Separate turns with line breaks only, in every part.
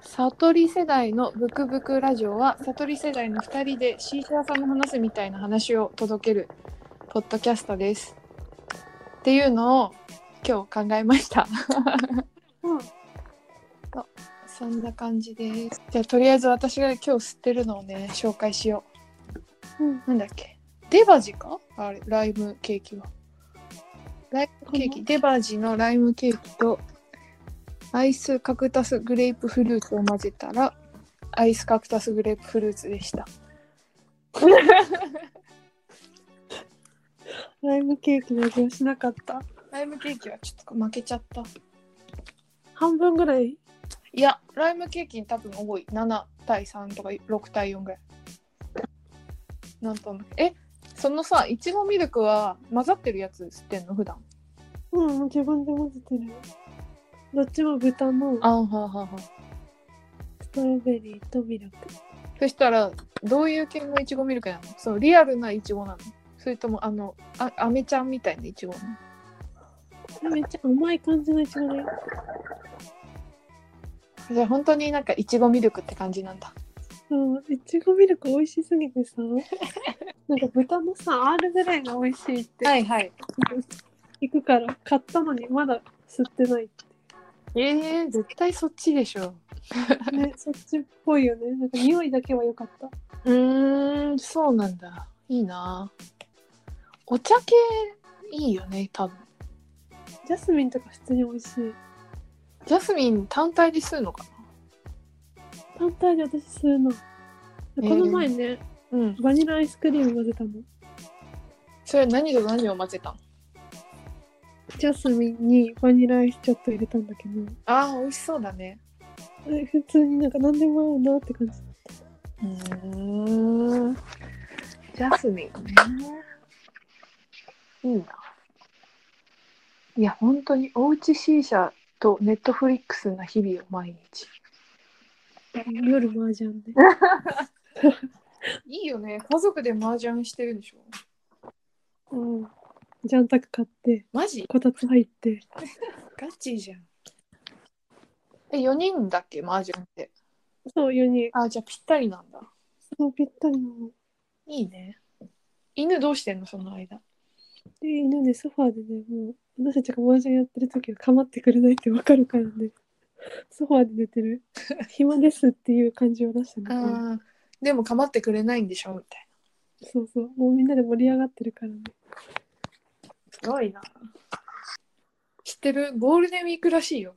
悟り世代のブクブクラジオは悟り世代の2人でシーサーさんの話すみたいな話を届けるポッドキャストです。っていうのを今日考えました。
うん
そんな感じです。じゃあとりあえず私が今日吸ってるのをね紹介しよ
うん
う。なんだっけデバジかあれライムケーキは。ライムケー
こ
キデバジのライムケーキとアイスカクタスグレープフルーツを混ぜたらアイスカクタスグレープフルーツでした。
ライムケーキの味はしなかった
ライムケーキはちょっと負けちゃった。
半分ぐらい
いや、ライムケーキに多分多い。7対3とか6対4ぐらい。なんとなく。え、そのさ、いちごミルクは混ざってるやつ吸ってんの普段。
うん自分で混ぜてるどっちも豚の
あんはんはんはん。
ストロベリーとミルク
そしたら、どういう系のいちごミルクなのそう、リアルないちごなのそれとも、あの、あ、アメちゃんみたいないちごなの
めっちゃ甘い感じのいちごだよ
じゃあ本当になんかいちごミルクって感じなんだ。
そういちごミルク美味しすぎてさなんか豚のさ R ぐらいが美味しいって
いはい。
聞くから買ったのにまだ吸ってない
えー、絶対そっちでしょ。
ね、そっちっぽいよね。なんか匂いだけは良かった。
うーん、そうなんだ。いいな。お茶系いいよね、多分。
ジャスミンとか普通に美味しい。
ジャスミン単体で吸うのか
単体で私するの。
えー
この前ね、
なうん。
バニラアイスクリーム混ぜたの。
それ何と何を混ぜたの
ジャスミンにバニラアイスちょっと入れたんだけど、
ああ、美味しそうだね。
え普通になんか何でも合うなって感じ。
うーん。ジャスミンね。いいな。いや、本当におうち C 社とネットフリックスな日々を毎日。
夜麻雀で。
いいよね。家族で麻雀してるんでしょ
うん。ジャンタク買って、
マジ
こたつ入って。
ガチじゃん。え、4人だっけ麻雀って。
そう、4人。
あ、じゃあぴったりなんだ。
そう、ぴったりなの。
いいね。犬どうしてんのその間。
で、犬ね、ソファーでね、もう、私たちが麻雀やってる時は構ってくれないってわかるからね。ソファーで寝てる。 暇ですっていう感じを出したの、ね。
ああ、でも構ってくれないんでしょみたい
そうそう。もうみんなで盛り上がってるからね。
な。すごいな。知ってるゴールデンウィークらしいよ。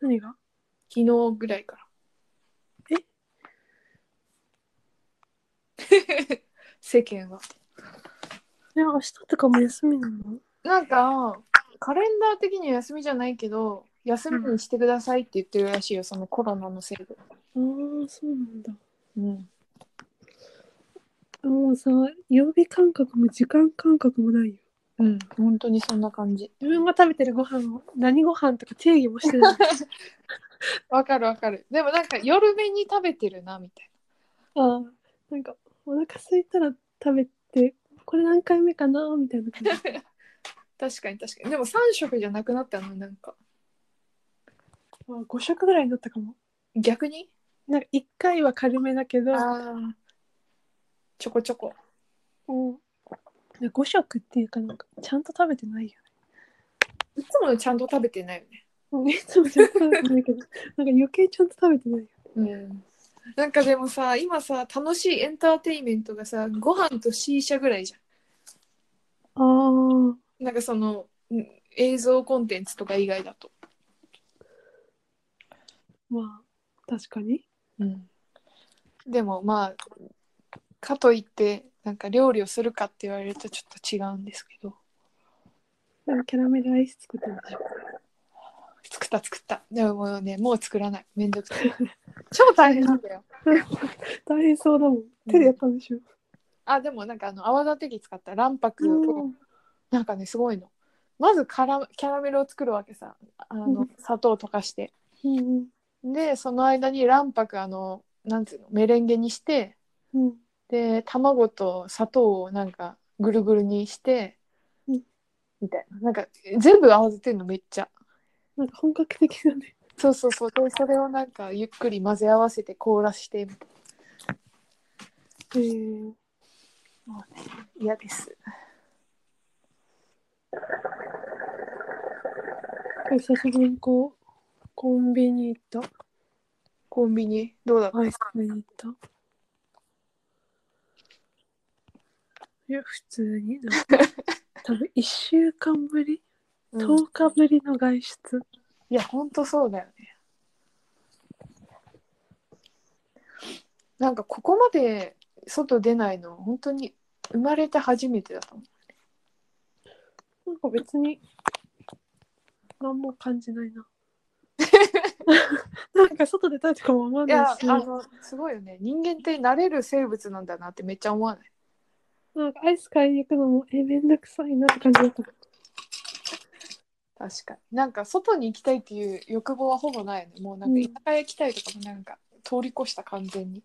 何が
昨日ぐらいから。え 世間は。
え、明日とかも休みなの
なんか、カレンダー的には休みじゃないけど、休みにしてくださいって言ってるらしいよ、そのコロナのせいで。
ああ、そうなんだ。
うん。
もうさ、曜日感覚も時間感覚もないよ。
うん、本当にそんな感じ。
自分が食べてるご飯を何ご飯とか定義もしてない。
わかるわかる。でもなんか夜目に食べてるな、みたい
ああ、なんかお腹空いたら食べて、これ何回目かなみたいな感じ。
な。 確かに確かに。でも3食じゃなくなったの、なんか。
あ5食ぐらいになったかも。
逆に
なんか1回は軽めだけど、
ああ。ちょこちょこ。
もう5食っていうかなんかちゃんと食べてないよ
いつもちゃんと食べてないよね。
ね。いつもちゃんと食べてないけど、なんか余計ちゃんと食べてないよ。
うん。なんかでもさ、今さ、楽しいエンターテインメントがさ、ご飯と C 社ぐらいじ
ああ、
ゃん。なんかその、うん映像コンテンツとか以外だと。
まあ確かに。
うん。でもまあ、かといって、なんか料理をするかって言われるとちょっと違うんですけど。
でもキャラメルアイス作ったんでしょ。
作った作った。でももうね、もう作らない。めんどくさい。 超大変なんだよ。
大変そうだもん。手でやったんでしょ。
あ、でもなんかあの泡立て器使った卵白を
うん、
なんかね、すごいの。まずカラキャラメルを作るわけさ。あ
う
の
ん、
砂糖溶かして。
うん、
で、その間に卵白、あの、なんつうの、メレンゲにして、
うん。
で、卵と砂糖をなんかぐるぐるにして
うん、
みたいな。なんか全部合わせてんのめっちゃ。
なんか本格的だね。
そうそうそうでそれをなんかゆっくり混ぜ合わせて凍らしてみたい
えー、
な嫌です
久しぶりにこう、コンビニ行った。
コンビニどうだった、
アイス買いに行った。いや、普通に。なんか多分1週間ぶり、
うんい
10日ぶりの外出。
やほんとそうだよねなんかここまで外出ないの本当に生まれて初めてだと思う
なんか別に、何も感 じないな。なんか外出たいとかも思わ
いや
な
あ
いし、なんか
のすごいよね人間って慣れる生物なんだなってめっちゃ思わない
アイス買いに行くのも、え、めんどくさいなって感じだった。
確かになんか外に行きたいっていう欲望はほぼないよねもうなんか
うん
居酒屋行きたいとかもなんか通り越した完全に、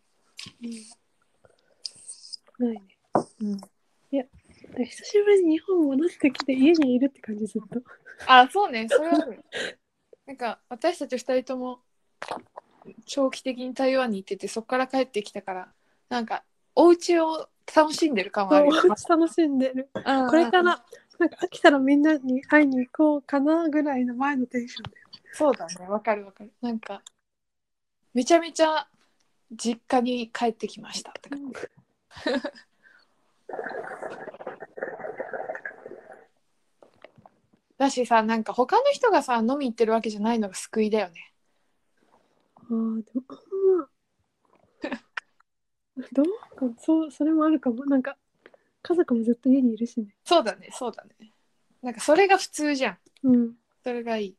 うんないね。
うん、
なんか久しぶりに日本戻ってきて家にいるって感じずっと。
あそうねそれはあ るなんか私たち2人とも長期的に台湾に行っててそこから帰ってきたからなんかお家を楽しんでる感はある
お
よ
家楽しんでる。
うん
これからなんか飽きたらみんなに会いに行こうかなぐらいの前のテンションで。
そうだねわかるわかるなんかめちゃめちゃ実家に帰ってきましたって感じだしさなんか他の人がさ飲み行ってるわけじゃないのが救いだよね
ああでもあんまどうかそうそれもあるかもなんか家族もずっと家にいるしね。
そうだねそうだねなんかそれが普通じゃん
うん。
それがいい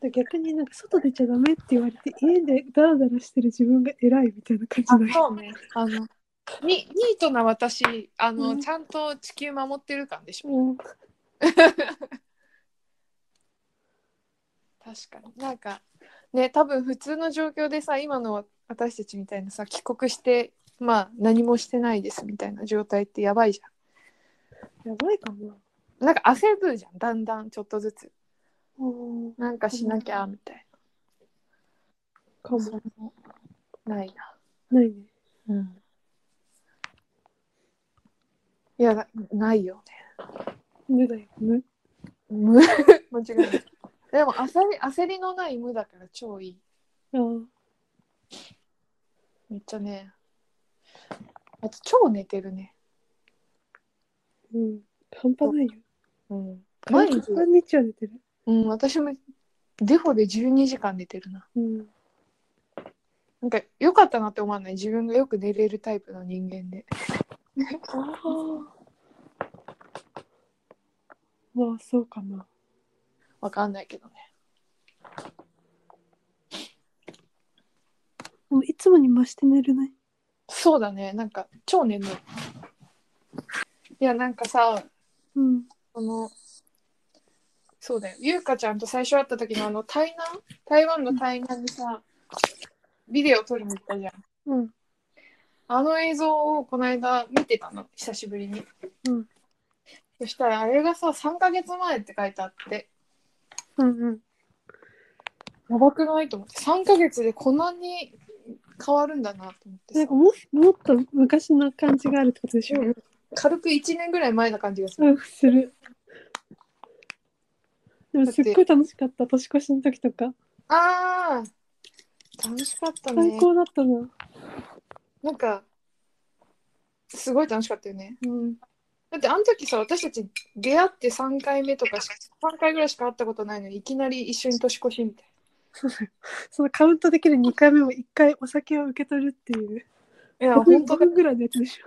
で逆になんか外出ちゃダメって言われて家でダラダラしてる自分が偉いみたいな感じの。
うねあのにニートな私あの、
うん
ちゃんと地球守ってる感でしょ
うん、
確かになんかね多分普通の状況でさ今の私たちみたいなさ帰国してまあ何もしてないですみたいな状態ってやばいじ
やばいかもな。
ゃんなんか焦るじゃんだんだんちょっとずつ
うん
なんかしなきゃみたい
か
な、
も
ないな
ないね。
うんいやなないよね
無だよ無。
無 間違いないでも焦り焦りのない無だから超いい
あー
めっちゃねあと超寝てるね
うん。半端ないよ。
うん
毎
毎
日
日
半日は寝てる。
うん私もデフォで12時間寝てるな
うん。
なんか良かったなって思わない自分がよく寝れるタイプの人間 で
ああ。まあ、そうかな。
わかんないけどね
でもいつもに増して寝るね。
そうだねなんか超眠いいやなんかさ
うん。
そのそうだよ優香ちゃんと最初会った時のあの台南台湾の台南にさビデオ撮りに行ったじゃん
うん。
あの映像をこの間見てたの久しぶりに、
うん、
そしたらあれがさ3ヶ月前って書いてあって
うんうん。
やばくないと思って3ヶ月でこんなに変わるんだなと思って
な
さ
んかもし、もっと昔の感じがあるってことでしょ。
うん軽く1年ぐらい前な感じがする、
うん、する。でもすっごい楽しかった。年越しの時とか。
あー楽しかった
最
ね
高だったな。
なんかすごい楽しかったよね
うん。
だってあの時さ私たち出会って3回目とかしか3回ぐらいしか会ったことないのにいきなり一緒に年越しみたい
そのカウントできる2回目も1回お酒を受け取るってい
な
う。
いや本
5分
当
5
だ
分ぐらいのやつでしょ。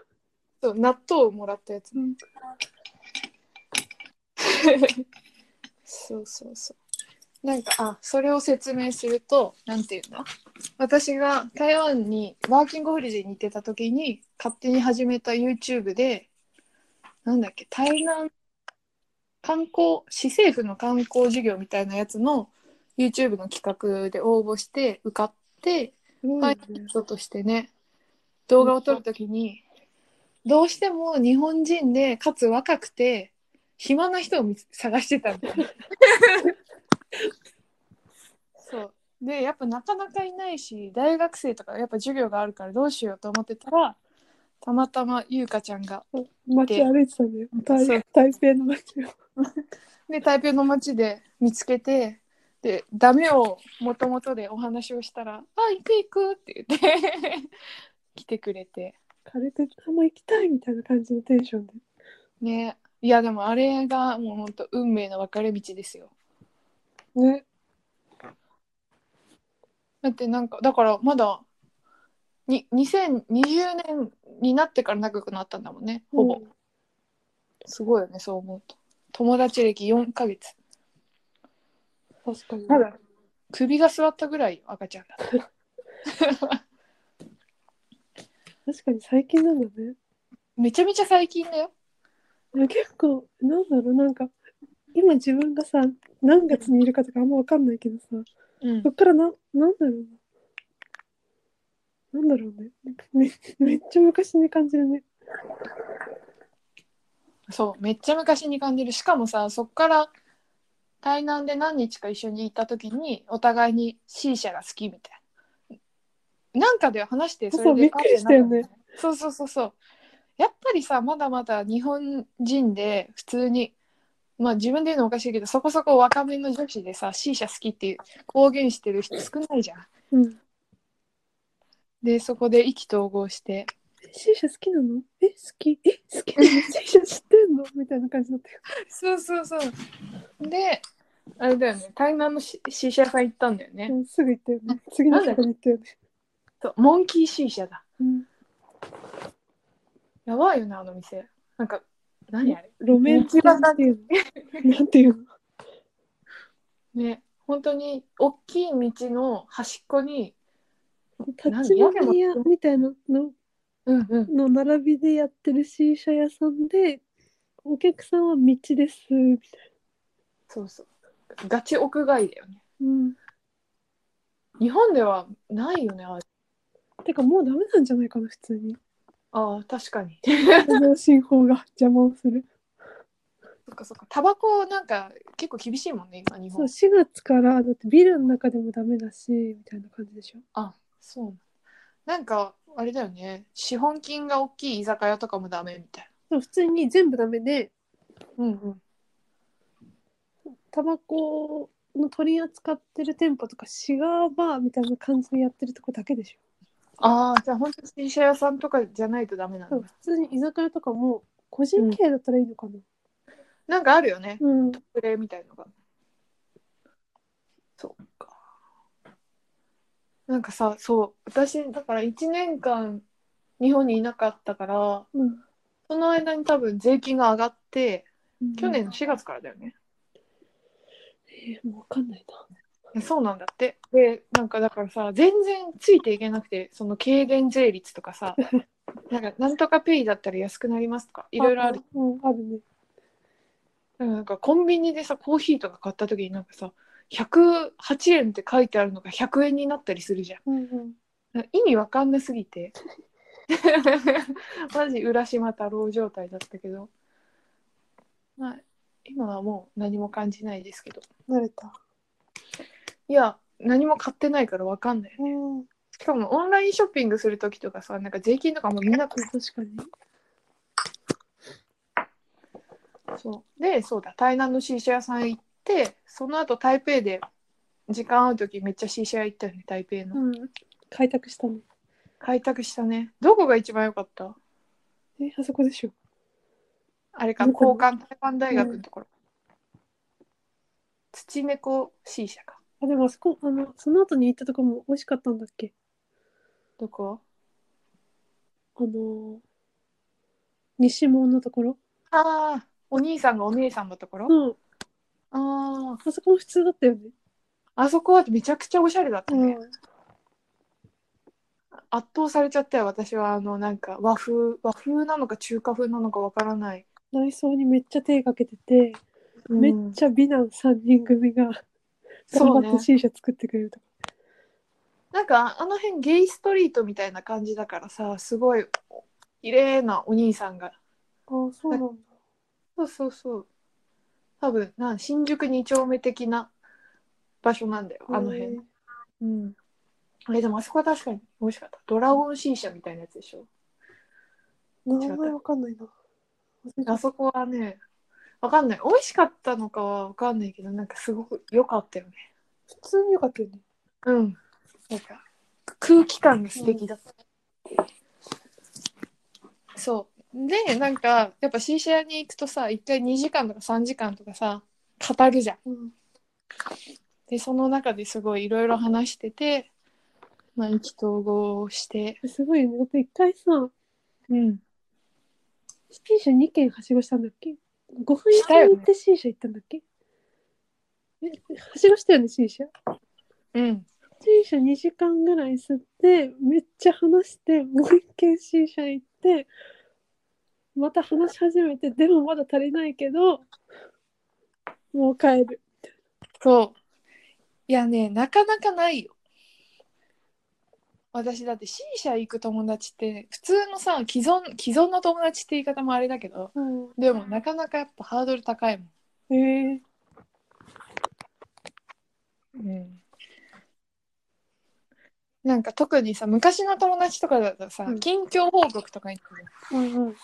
そう納豆をもらったやつ、
うん
そうそうそうなんかあそれを説明するとなんていうんだ私が台湾にワーキングホリデーに行ってた時に勝手に始めた YouTube でなんだっけ台南観光市政府の観光事業みたいなやつの YouTube の企画で応募して受かってはい人としてね動画を撮るときにどうしても日本人でかつ若くて暇な人を見つ探してたんだよね そうでやっぱなかなかいないし大学生とかやっぱ授業があるからどうしようと思ってたらたまたま優香ちゃんが
街歩いてたんだよ
そう
台台北の街を
で台北の街で見つけてでダメをもともとでお話をしたら「あ行く行く」って言って 来てくれて
軽くあもう行きたいみたいな感じのテンションで
ねいやでもあれがもうほんと運命の分かれ道ですよ
ね
だってなんかだからまだに2020年になってから仲良くなったんだもんねほぼ、
うん
すごいよねそう思うと友達歴4ヶ月
確かに
まだ首が座ったぐらい赤ちゃんだった
確かに最近なんだね
めちゃめちゃ最近だよ
いや結構なんだろうなんか今自分がさ何月にいるかとかあんま分かんないけどさ
うん
そっからななんだろうななんだろうねめめっちゃ昔に感じるね
そうめっちゃ昔に感じるしかもさそっから台南で何日か一緒に行った時にお互いに C 社が好きみたいななんかで話して
そうびっくりしたよね
あってなんかそうそうそうそうやっぱりさまだまだ日本人で普通にまあ自分で言うのおかしいけどそこそこ若めの女子でさ C 社好きっていう公言してる人少ないじゃん
うん
でそこで意気投合して
え C 社好きなのえ好きえ好きなの C 社知ってんのみたいな感じだったよ
そうそうそうであれだよね台南の C 社屋さん行ったんだよね、
うんすぐ行ったよね次の人に行ったよね
そうモンキー C 社だ
うん
やばいよねあの店なんか何あれ
路面店っていうのなんていうの
ね本当に大きい道の端っこに
立ち飲み屋みたいなの
うんうん
の並びでやってる C 社屋さんでお客さんは道ですみたい
そうそうガチ屋外だよね
な、うん、
日本ではないよねあ
てかもうダメなんじゃないかな普通に
あー確か に
脳進法が邪魔をする
そっかそっかタバコなんか結構厳しいもんね今日
そう
本
4月からだってビルの中でもダメだしみたいな感じでしょ
あそうなんかあれだよね資本金が大きい居酒屋とかもダメみたい
そう普通に全部ダメで
なうんうん
タバコの取り扱ってる店舗とかシガーバーみたいな感じでやってるとこだけでし
ああじゃあ本当に新車屋さんとかじゃないとダメな
ょ
ん
そ
だ
う普通に居酒屋とかも個人経営だったらいいのかな
なんかあるよね
うん、
プレイみたいのが。そっか。なんかさ、そう、私、だから1年間日本にいなかったから、
うん
その間に多分税金が上がって、去年の4月からだよね。
えーもうわかんないな
そうなんだって。で、なんかだからさ、全然ついていけなくて、その軽減税率とかさ、なんかなんとかペイだったら安くなりますとか、いろいろある。
うんあるね
だからなんかコンビニでさ、コーヒーとか買った時になんかさ、108円って書いてあるのが100円になったりするじゃん。
うんうん
意味わかんなすぎて マジ浦島太郎状態だったけどまあ今はもう何も感じないですけど
慣れた、
いや何も買ってないからわかんないよね
うん、
しかもオンラインショッピングする時とかさなんか税金とかもみんな
確かに
そうでそうだ台南の C 社屋さん行ってその後台北で時間合う時めっちゃ C 社屋行ったよね台北の
うん開拓したね
開拓したねどこが一番良かった
えあそこでしょ
あれか
ど
交
こ
換台湾大学のところ、土猫 C 社か
あでもあそこあのその後に行ったとこも美味しかったんだっけ
どこ
あのー西門のところ
ああ、お兄さんがお姉さんのところ、
うん
ああ、
あそこも普通だったよね、
あそこはめちゃくちゃおしゃれだった
う
ね。
ん、
圧倒されちゃったよ、私は。あの、なんか和風、和風なのか中華風なのかわからない。
内装にめっちゃ手かけてて、めっ
ゃ。
ちゃ美男3人組が
そう
頑
ね
張って C 社作ってくれるとか
なんかあの辺ゲイストリートみたいな感じだからさ、すごい綺麗なお兄さんが。
あそう
なん
だ、
そうそうそう。多分、なん新宿二丁目的な場所なんだよ、あの
へ
辺
ー。
うん。え、でもあそこは確かに美味しかった。ドラゴンシーシャみたいなやつでしょ。
名前わかんないな。
あそこはね、わかんない。美味しかったのかはわかんないけど、なんかすごく良かったよね。
普通によかったよね。
うん。なんか、空気感が素敵だった。そう。で、なんか、やっぱシーシェアに行くとさ、一回2時間とか3時間とかさ、語るじゃん。
うん。
で、その中ですごいいろいろ話してて、まあ、意気投合して。
すごいよね。だって一回さ、
うん。
C 社2軒はしごしたんだっけ ?5 分以内に行って C 社行ったんだっけえはしごしたよね、C 社。
うん。
C 社2時間ぐらい吸って、めっちゃ話して、もう一軒 C 社行って、また話し始めて、でもまだ足りないけど、もう帰る。
そう。いやね、なかなかないよ。私だってシーシャ行く友達って普通のさ既存既存の友達って言い方もあれだけど
うん、
でもなかなかやっぱハードル高いもん
え
うんなんか特にさ昔の友達とかだとさ、
うん
近況報告とかに
ー、うんうん。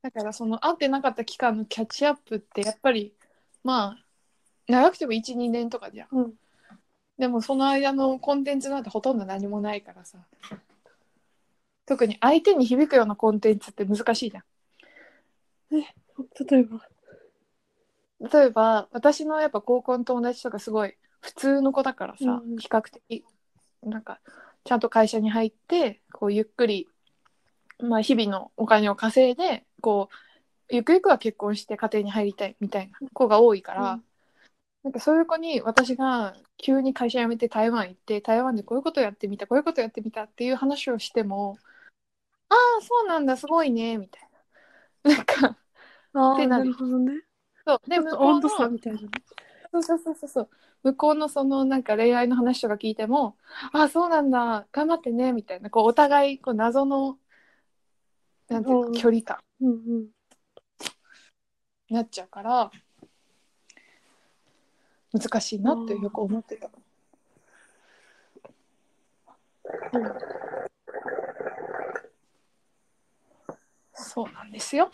だからその会ってなかった期間のキャッチアップってやっぱりまあ長くても12年とかじゃん、
うん
でもその間のコンテンツなんてほとんど何もないからさ特に相手に響くようなコンテンツって難しいじゃん
例えば。
例えば私のやっぱ高校の友達とかすごい普通の子だからさ、
うんうん
比較的なんかちゃんと会社に入ってこうゆっくり、まあ、日々のお金を稼いでこうゆくゆくは結婚して家庭に入りたいみたいな子が多いから、
うん
なんかそういう子に私が急に会社辞めて台湾行って台湾でこういうことやってみたこういうことやってみたっていう話をしても「ああそうなんだすごいね」みたいな。なんか
あ
って
あ、
な
な
る
るほどね。
そうで
ちょ
向こうの
っと温度差みたいなね。
そうそうそうそうそう向こうのそのなんか恋愛の話とか聞いても「あそうなんだ頑張ってね」みたいなこうお互いこう謎のなんていう
う
の
ん
距離感
うんうん。
になっちゃうから難しいなってよく思ってた。そうなんですよ。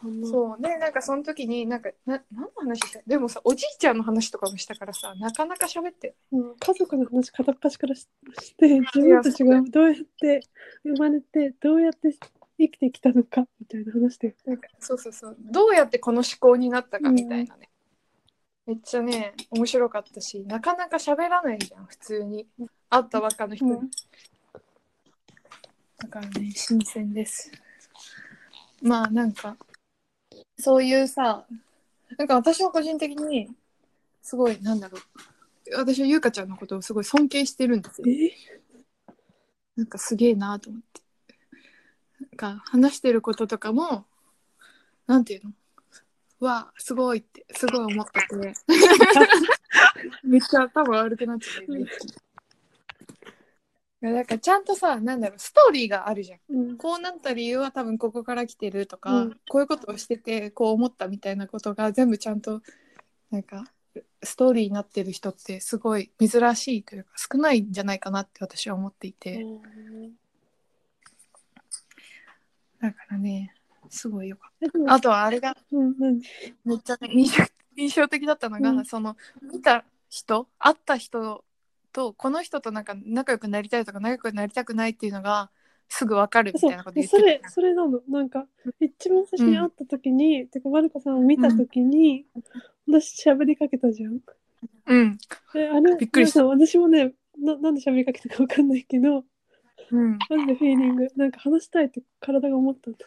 そう
そうね、なんかその時になんかな何の話したでもさおじいちゃんの話とかもしたからさなかなか喋って
うん家族の話片っ端からしして自分たちがどうやって生まれてどうやって生きてきたのかみたいな話で
なんかそうそうそうどうやってこの思考になったかみたいなね、めっちゃね面白かったしなかなか喋らないじゃん普通に会ったばっかの人に、
うん
だからね新鮮ですまあなんかそういうさなんか私は個人的にすごいなんだろう私は優香ちゃんのことをすごい尊敬してるんですよ
え
なんかすげえなと思って。なんか話してることとかも、なんていうのわあ、すごいって、すごい思ってて。 めっちゃ頭悪くなっちゃってる、ね。いやなんかちゃんとさ、なんだろう、ストーリーがあるじゃん。
うん
こうなった理由は多分ここから来てるとか、
うん
こういうことをしててこう思ったみたいなことが全部ちゃんとなんかストーリーになってる人ってすごい珍しいというか少ないんじゃないかなって私は思っていて、だからねすごいよかっ
えで
た
も
あとはあれが
うん何
めっちゃ、ね、印象印象的だったのが、
うん
その見た人会った人とこの人となんか仲良くなりたいとか仲良くなりたくないっていうのがすぐ分かるみたいなこと
そう
言ってたじゃ
そ
ん
れそれなのなんか一番最初に会った時に、てかまるかさんを見た時に、私喋りかけたじゃん
うん、
えあれ
びっくりした
まるかさん私もねななんで喋りかけたかわかんないけど
うん、
なんでフィーリングなんか話したいって体が思ったんだ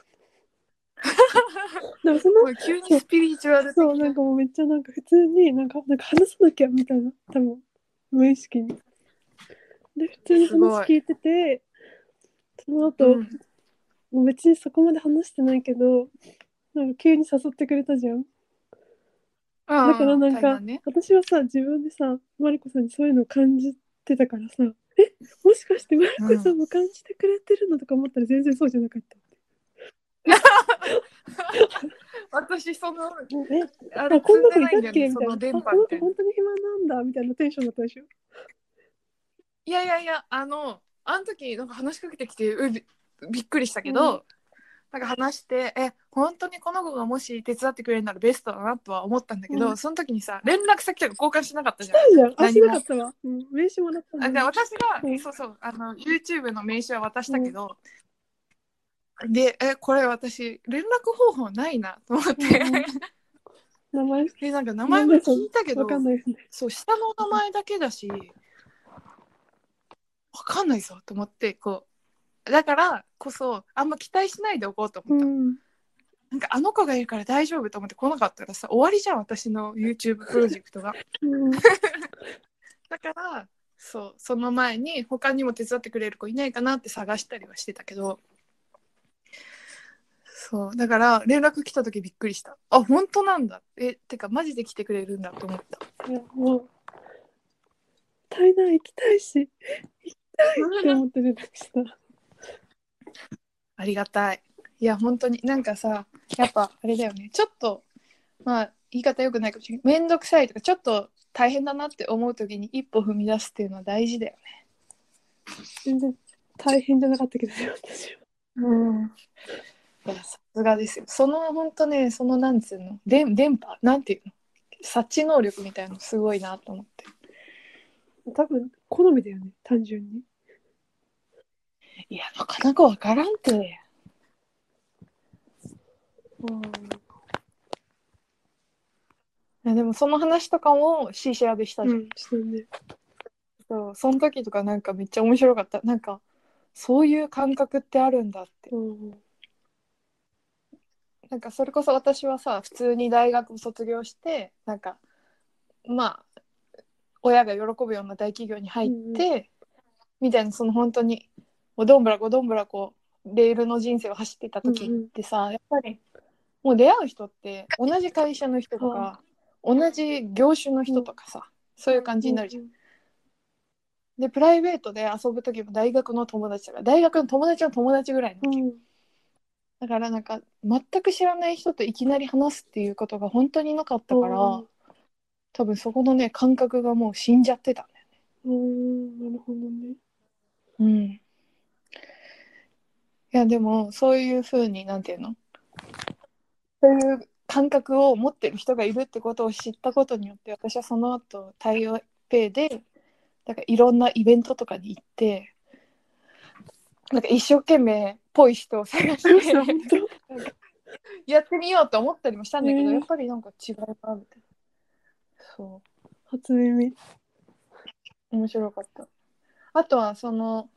なんかそ の
もう急にスピリチュアル的
そう、なんかもうめっちゃなんか普通になんか、なんか話さなきゃみたいな、多分無意識に。で、普通に
すごい
話聞いてて、その後、
うん
もう別にそこまで話してないけど、なんか急に誘ってくれたじゃん。
あ
だから
ー
なん
対
か、
談ね
私はさ、自分でさ、マリコさんにそういうのを感じてたからさ、えもしかしてマリコさんも感じてくれてるのとか思ったら全然そうじゃなかった。
私その
え
あ
あ
れ
こ
積
ん
んで
なの
ないんだ
いたっ
よ
け
ね
み
そ
たい
の電
なあこの
波みたいな
子本当に暇なんだみたいなテンションだったでしょ
いやいやいやあのあの時なんか話しかけてきてうびびっくりしたけど、
う
なんか話してえ本当にこの子がもし手伝ってくれるならベストだなとは思ったんだけど、
うん
その時にさ連絡先とか交換しなかったじゃん。
じゃんあし
何も
なかったわ、うん、名刺もらったの
あ
に
で私が、
うん
そうそうあの YouTube の名刺は渡したけど、でえこれ私連絡方法ないなと思って、
うん名前
でなんか名前も聞いたけど
わかんないですね
そう下の名前だけだしわかんないぞと思ってこうだからこそあんま期待しないでおこうと
う
思った、
ん
なんかあの子がいるから大丈夫と思って来なかったらさ終わりじゃん私の YouTube プロジェクト が
うん
だからそうその前に他にも手伝ってくれる子いないかなって探したりはしてたけどそうだから連絡来た時びっくりしたあ本当なんだえてかマジで来てくれるんだと思った
いやもう体内行きたいしって思って連絡した
ありがたい。いや、本当になんかさ、やっぱあれだよね。ちょっと、まあ、言い方良くないかもしれない。めんどくさいとか、ちょっと大変だなって思う時に一歩踏み出すっていうのは大事だよね。
全然大変じゃなかったけどね私は
うん。いや、さすがですよ。その、本当ね、その、なんつうの、電電波、なんていうの、察知能力みたいなのすごいなと思って。
多分好みだよね単純に
いや、なかなかわからんて。いやでもその話とかも C シェアでしたじゃん
うんそうね
そう、その時とかなんかめっちゃ面白かった。なんか、そういう感覚ってあるんだって。
うん
なんかそれこそ私はさ、普通に大学を卒業して、なんか、まあ、親が喜ぶような大企業に入って、みたいな、その本当に、おどんぶらこどんぶらこう、レールの人生を走ってた時ってさ、やっぱり、もう出会う人って、同じ会社の人とか、同じ業種の人とかさ、そういう感じになるじゃん。でプライベートで遊ぶ時も大学の友達とか大学の友達の友達ぐらいの、
うん
だからなんか全く知らない人といきなり話すっていうことが本当になかったから、
うん
多分そこのね感覚がもう死んじゃってたんだよね。
うんなるほど ね
うん、いやでもそういうふうになんていうのそういう感覚を持ってる人がいるってことを知ったことによって私はその後台湾でなんかいろんなイベントとかに行ってなんか一生懸命ぽい人を探して
本当
やってみようと思ったりもしたんだけど、
うん
やっぱりなんか違うなみたいなそ
初耳
う面白かったあとはその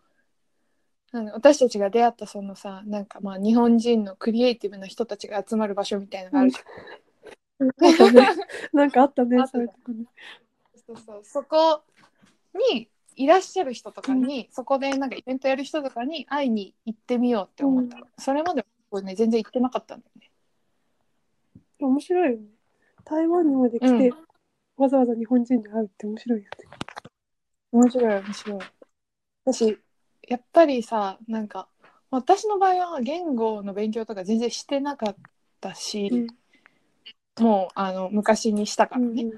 なんだ私たちが出会ったそのさなんかまあ日本人のクリエイティブな人たちが集まる場所みたいなのがあるじゃん
なんかねなんかあったね
あった
そういうとこね
そうそうそこにいらっしゃる人とかに、そこでなんかイベントやる人とかに会いに行ってみようって思ったの、それまでもね全然行ってなかったんだよね
面白いよね台湾にまで来て、
う
わざわざ日本人に会うって面白いよね
面白い面白い私やっぱりさなんか私の場合は言語の勉強とか全然してなかったし、もうあの昔にしたからね、
うん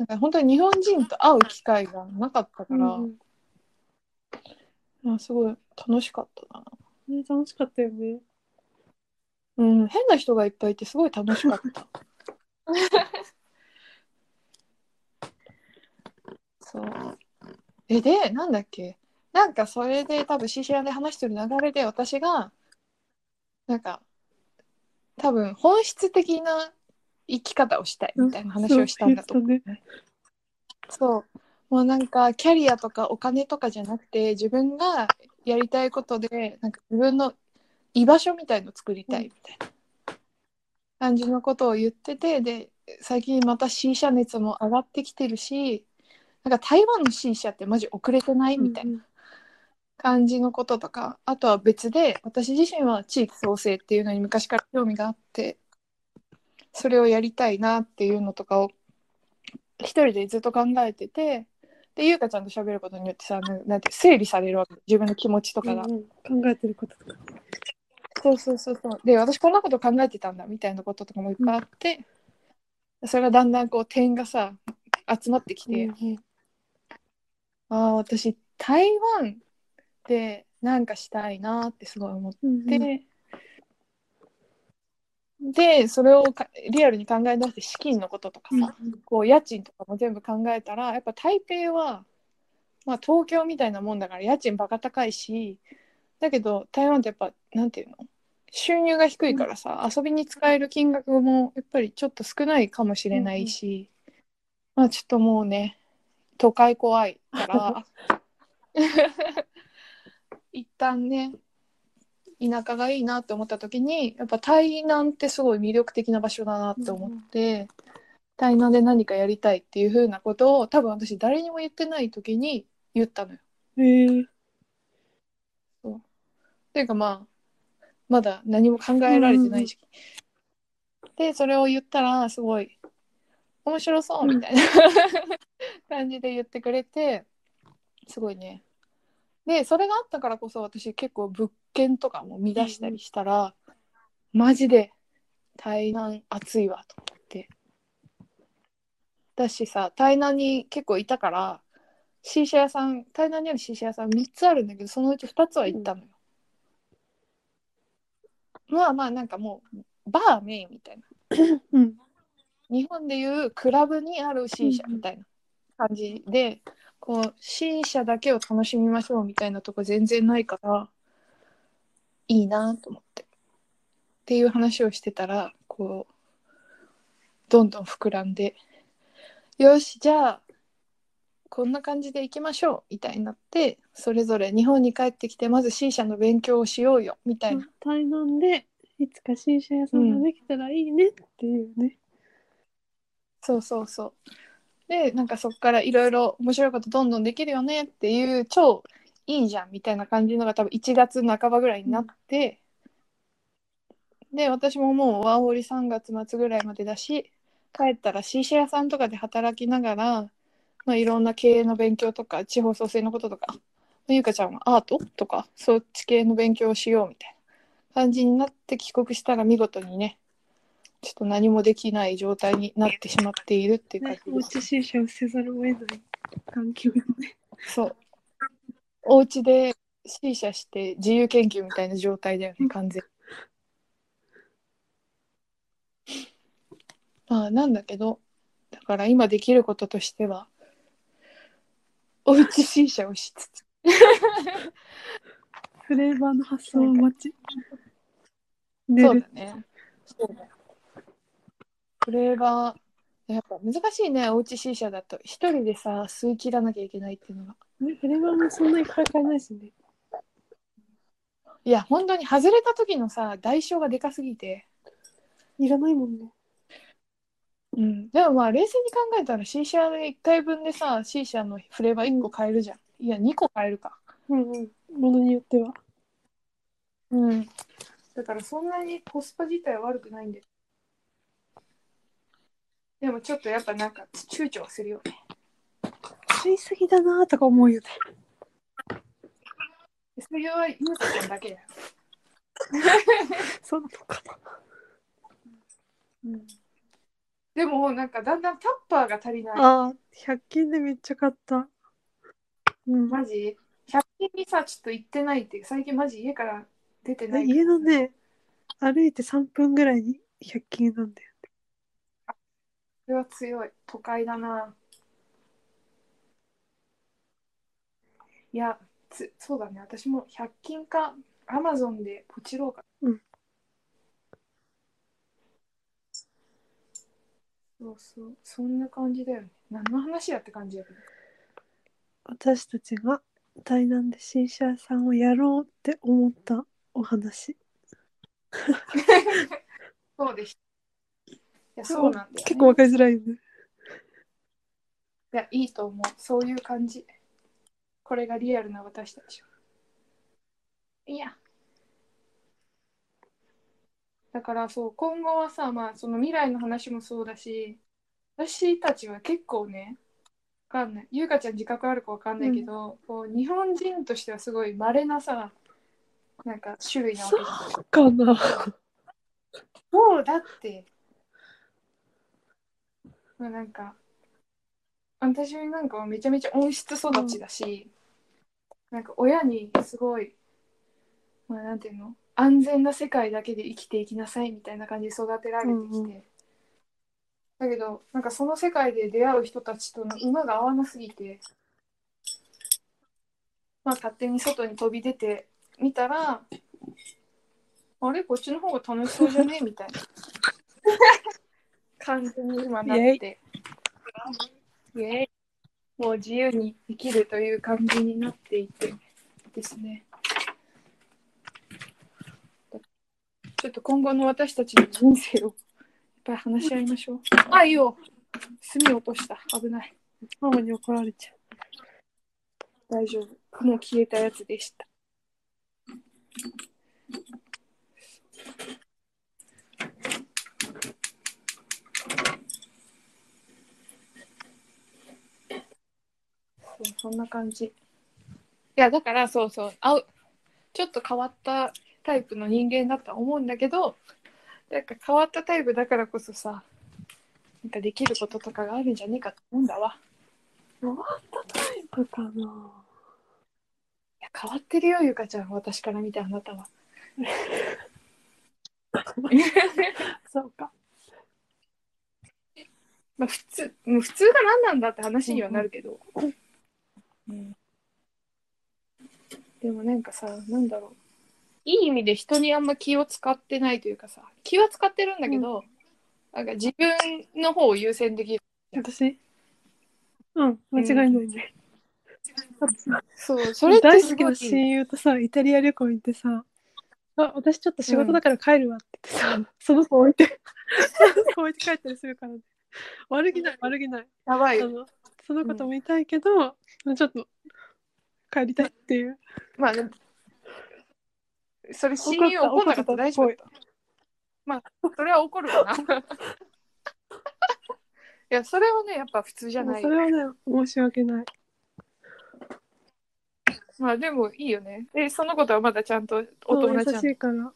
なんか本当に日本人と会う機会がなかったか
う
ら、
んうん
まあすごい楽しかったな
ね楽しかったよね
うん、変な人がいっぱいいてすごい楽しかった。 そう。え、で、なんだっけなんかそれで多分シシアで話してる流れで私が、なんか、多分本質的な生き方をしたいみたいな話をしたんだと思う。
そう言ってたね
そう。もうなんかキャリアとかお金とかじゃなくて自分がやりたいことでなんか自分の居場所みたいのを作りたいみたいな感じのことを言っててで最近また C 社熱も上がってきてるしなんか台湾の C 社ってマジ遅れてないみたいな
な
感じのこととかあとは別で私自身は地域創生っていうのに昔から興味があってそれをやりたいなっていうのとかを一人でずっと考えててで優香ちゃんと喋ることによってさななんて整理されるわけ自分の気持ちとかが。
考えてることとか
そうそうそうそうで私こんなこと考えてたんだみたいなこととかもいっぱいあって、それがだんだんこう点がさ集まってきて、ああ私台湾でなんかしたいなってすごい思っ
うん
て、でそれをかリアルに考え出して資金のこととかさ、こう家賃とかも全部考えたらやっぱ台北は、まあ、東京みたいなもんだから家賃バカ高いしだけど台湾ってやっぱなんていうの収入が低いからさ、遊びに使える金額もやっぱりちょっと少ないかもしれないし、まあちょっともうね都会怖いから一旦ね田舎がいいなって思った時にやっぱ台南ってすごい魅力的な場所だなって思って、台南で何かやりたいっていう風なことを多分私誰にも言ってない時に言ったのよ。
へえ
というかまあまだ何も考えられてない時期、でそれを言ったらすごい面白そうみたいな 感じで言ってくれてすごいねでそれがあったからこそ私結構物件とかも見出したりしたら、マジで台南暑いわと思ってだしさ台南に結構いたからシーシャ屋さん台南にあるシーシャ屋さん3つあるんだけどそのうち2つは行ったのよ、まあまあなんかもうバーメインみたいな
うん
日本でいうクラブにある C 社みたいな感じで、こう C 社だけを楽しみましょうみたいなとこ全然ないからいいなと思ってっていう話をしてたらこうどんどん膨らんでよしじゃあこんな感じで行きましょうみたいになってそれぞれ日本に帰ってきてまず C 社の勉強をしようよみたいな
台南でいつか新車屋さんができたらいいねっていうね、
そうそうそう。でなんかそこからいろいろ面白いことどんどんできるよねっていう超いいじゃんみたいな感じのが多分1月半ばぐらいになって、で私ももうワーホリ3月末ぐらいまでだし帰ったら C シェアさんとかで働きながら、まあ、いろんな経営の勉強とか地方創生のこととかゆうかちゃんはアートとかそっち系の勉強をしようみたいな感じになって帰国したら見事にねちょっと何もできない状態になってしまっているっていう感
ね
じ
お
で
う
す。
ち新車をせざるを得ない環境にね
そう。お家で C 社して自由研究みたいな状態だよね、完全にまあ、なんだけど、だから今できることとしては、おうち C 社をしつつ、
フレーバーの発想を待ち寝
そう
る
だね。そうだフレーバー、やっぱ難しいね、おうち C 社だと。一人でさ、吸い切らなきゃいけないっていうのが。
ねフレーバーもそんなに買い替えないしね
いや、本当に外れた時のさ、代償がでかすぎて。
いらないもんね
うん、でもまあ冷静に考えたら C 社の1回分でさ C 社のフレーバー1個買えるじゃん、いや2個買えるか
うんうんものによっては
うんだからそんなにコスパ自体は悪くないんででもちょっとやっぱなんか躊躇はするよね
買いすぎだなとか思うよね
それはゆうかちゃんだけだよ、
そうなのかな
うん、でもなんかだんだんタッパーが足りない
あー100均でめっちゃ買ったうん
マジ100均にさちょっと行ってないって最近マジ家から出てない
家のね歩いて3分ぐらいに100均なんだよ
それは強い。都会だな。いや、つそうだね。私も100均か、アマゾンでポチろうか。
うん
そうそう。そんな感じだよね。何の話やって感じだけど。
私たちが台南で新車屋さんをやろうって思ったお話
そうでした。いや、そうなんだよ、
結構わかりづらいよね
いや、いいと思う。そういう感じ。これがリアルな私たち。いや。だからそう、今後はさ、まあ、その未来の話もそうだし、私たちは結構ね、わかんない。ゆうかちゃん自覚あるかわかんないけど、こう日本人としてはすごい稀なさ、なんか種類なわけ
そ
じゃない。
うかな。
そうだって。もうなんか、私なんかはめちゃめちゃ温室育ちだし、なんか親にすごい、まあなんていうの、安全な世界だけで生きていきなさいみたいな感じで育てられてきて、
うんう
だけど、なんかその世界で出会う人たちとの馬が合わなすぎて、まあ勝手に外に飛び出てみたら、あれこっちの方が楽しそうじゃねみたいな 感じに今なってイエイもう自由に生きるという感じになっていてですねちょっと今後の私たちの人生をいっぱい話し合いましょうあいいよ炭落とした危ない
ママに怒られちゃ
大丈夫もう消えたやつでしたそうそんな感じいやだからそうそうあうちょっと変わったタイプの人間だとは思うんだけどなんか変わったタイプだからこそさなんかできることとかがあるんじゃねえかと思うんだわ
う。そうかな。
いや変わってるよゆかちゃん私から見てあなたは
そうか。
まあ普通もう普通が何なんだって話にはなるけど、うんでもなんかさなんだろういい意味で人にあんま気を使ってないというかさ気は使ってるんだけど、なんか自分の方を優先できる
私うん、間違いないね。
そうそれって
大
す
好き
ごい
な親友とさ、イタリア旅行行ってさ、あ、私ちょっと仕事だから帰るわって言ってさ、その子置いて、 その子置いて帰ったりするからね。悪気ない、悪気ない。
やばい
あ
よ
のそのことも言いたいけど、ちょっと帰りたいっていう。
まあでもそれ親友怒んなかったら大丈夫だったまあそれは怒るわ ないやそれはねやっぱ普通じゃ
も
な
う
い
そ
よ
れはね、申し訳ない。
まあでもいいよね。で、そのことはまだちゃんとお
そう
友達
優
な
しいから。
の。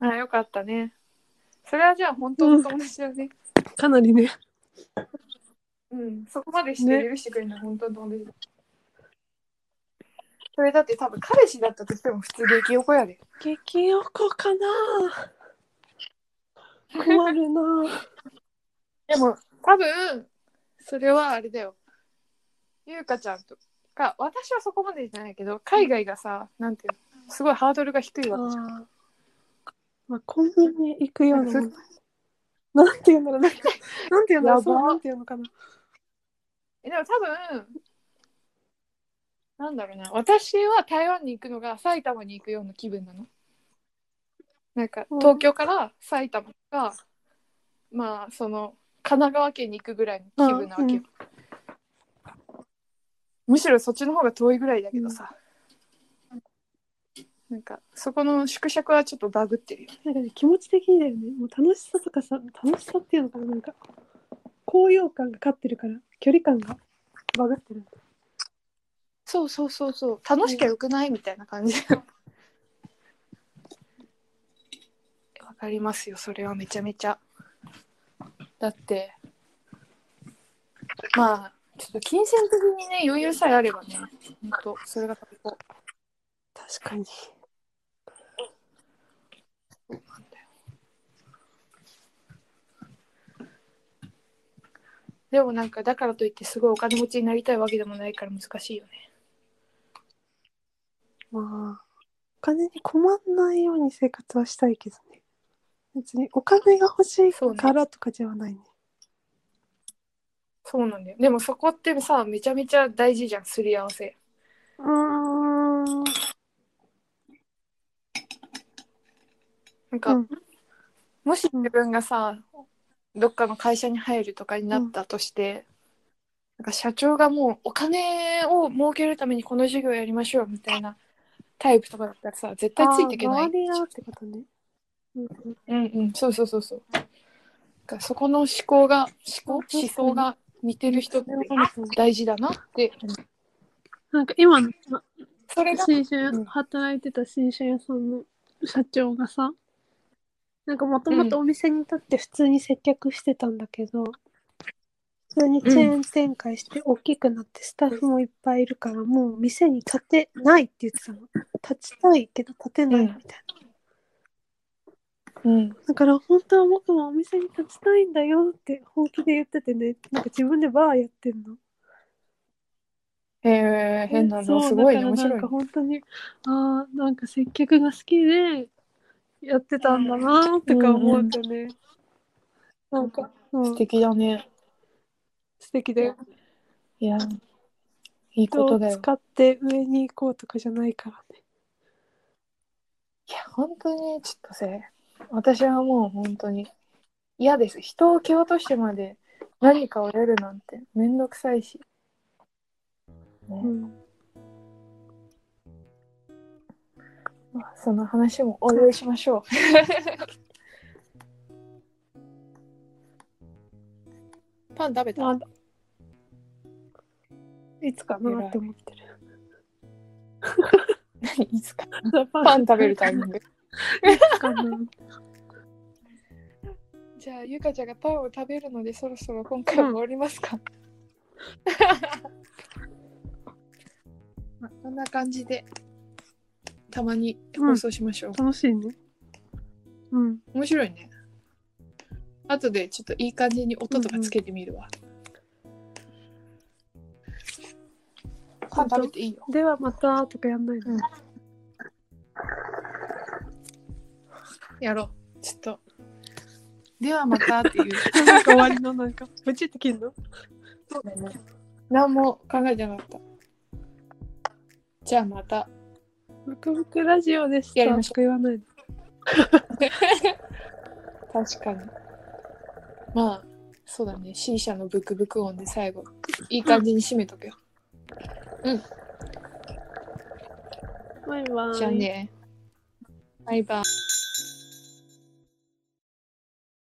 あよかったね。それはじゃあ本当の友達だね。
かなりね。
うん、そこまでして
ね
許してくれるのは本当の友達だ。それだって多分彼氏だったとしても普通激横やで。
激おこかな困るな
でも多分それはあれだよ。ゆうかちゃんとか、私はそこまでじゃないけど、海外がさ、なんていうのすごいハードルが低いわけじゃん。
あまあ、コンビニ行くようなもん。なんていうんだろう、なんてなんていうんだろ
やば
う、そうなんていうのかな。
えでも多分なんだろうな私は台湾に行くのが埼玉に行くような気分なの。なんか
うん
東京から埼玉が、まあその神奈川県に行くぐらいの気分なわけよ。むしろそっちの方が遠いぐらいだけどさ、なんかそこの縮尺はちょっとバグってるよね。
なんかね、気持ち的にだよね。もう楽しさとかさ、楽しさっていうのかな、なんか、高揚感が勝ってるから、距離感がバグってる。
そうそうそうそう楽しきゃよくない、みたいな感じ。 わかりますよそれはめちゃめちゃ。だってまあちょっと金銭的にね余裕さえあればね本当それが最高
確かに。
なんだよ。でもなんかだからといってすごいお金持ちになりたいわけでもないから難しいよね。
まあ、お金に困んないように生活はしたいけどね。別にお金が欲しい
そうね
からとかではないね。
そうなんだよ。でもそこってさめちゃめちゃ大事じゃんすり合わせ。
うーん。
なんか、
うん
もし自分がさどっかの会社に入るとかになったとして、なんか社長がもうお金を儲けるためにこの授業やりましょうみたいなタイプとかだったらさ絶対ついていけな
あ
い
ー周りがってことね。うんうん
うんうんそうそうそうそうなんかそこの思考が思考
うん
思想が似てる人って
それはそう
大事だなって
なんか今の、
それが、
新車屋
うん
働いてた新車屋さんの社長がさなんかもともとお店に立って普通に接客してたんだけど、普通にチェーン展開して大きくなってスタッフもいっぱいいるからもう店に立てないって言ってたの立ちたいけど立てないみたいな、
うん、
だから本当は僕もお店に立ちたいんだよって本気で言っててねなんか自分でバーやってんの
へえ変な
そ
の
う
すごいね
だ
面
から
白
なん
い
か
ね
本当にああなんか接客が好きでやってたんだなとか思うとね、なんか、うん
素敵だね
素敵だよ
いやいい
人
こと
を
だよ
使って上に行こうとかじゃないからね
いや本当にちょっとそれ私はもう本当に嫌です人を蹴落としてまで何かをやるなんてめんどくさいし、ね
うん
まあ、その話もお礼しましょうパン食べた
あいつかなって思ってる
何いつか
パ
パン食べるタイミング
かな
じゃあゆかちゃんがパンを食べるのでそろそろ今回も終わりますか、まあこんな感じでたまに放送しましょう、
楽しいねうん
面白いねあとでちょっといい感じに音とかつけてみるわ、パン食べていいよ
ではまたとかやんないの、
うんやろうちょっとではまたっていう
なんか終わりのなんかブチって切るの
そうだね何も考えてなかったじゃあまた
ブクブクラジオでした
やりましょう
とか言わないの
確かにまあそうだね C 社のブクブク音で最後いい感じに締めとけよ
バイバイ
じゃあねバイバイ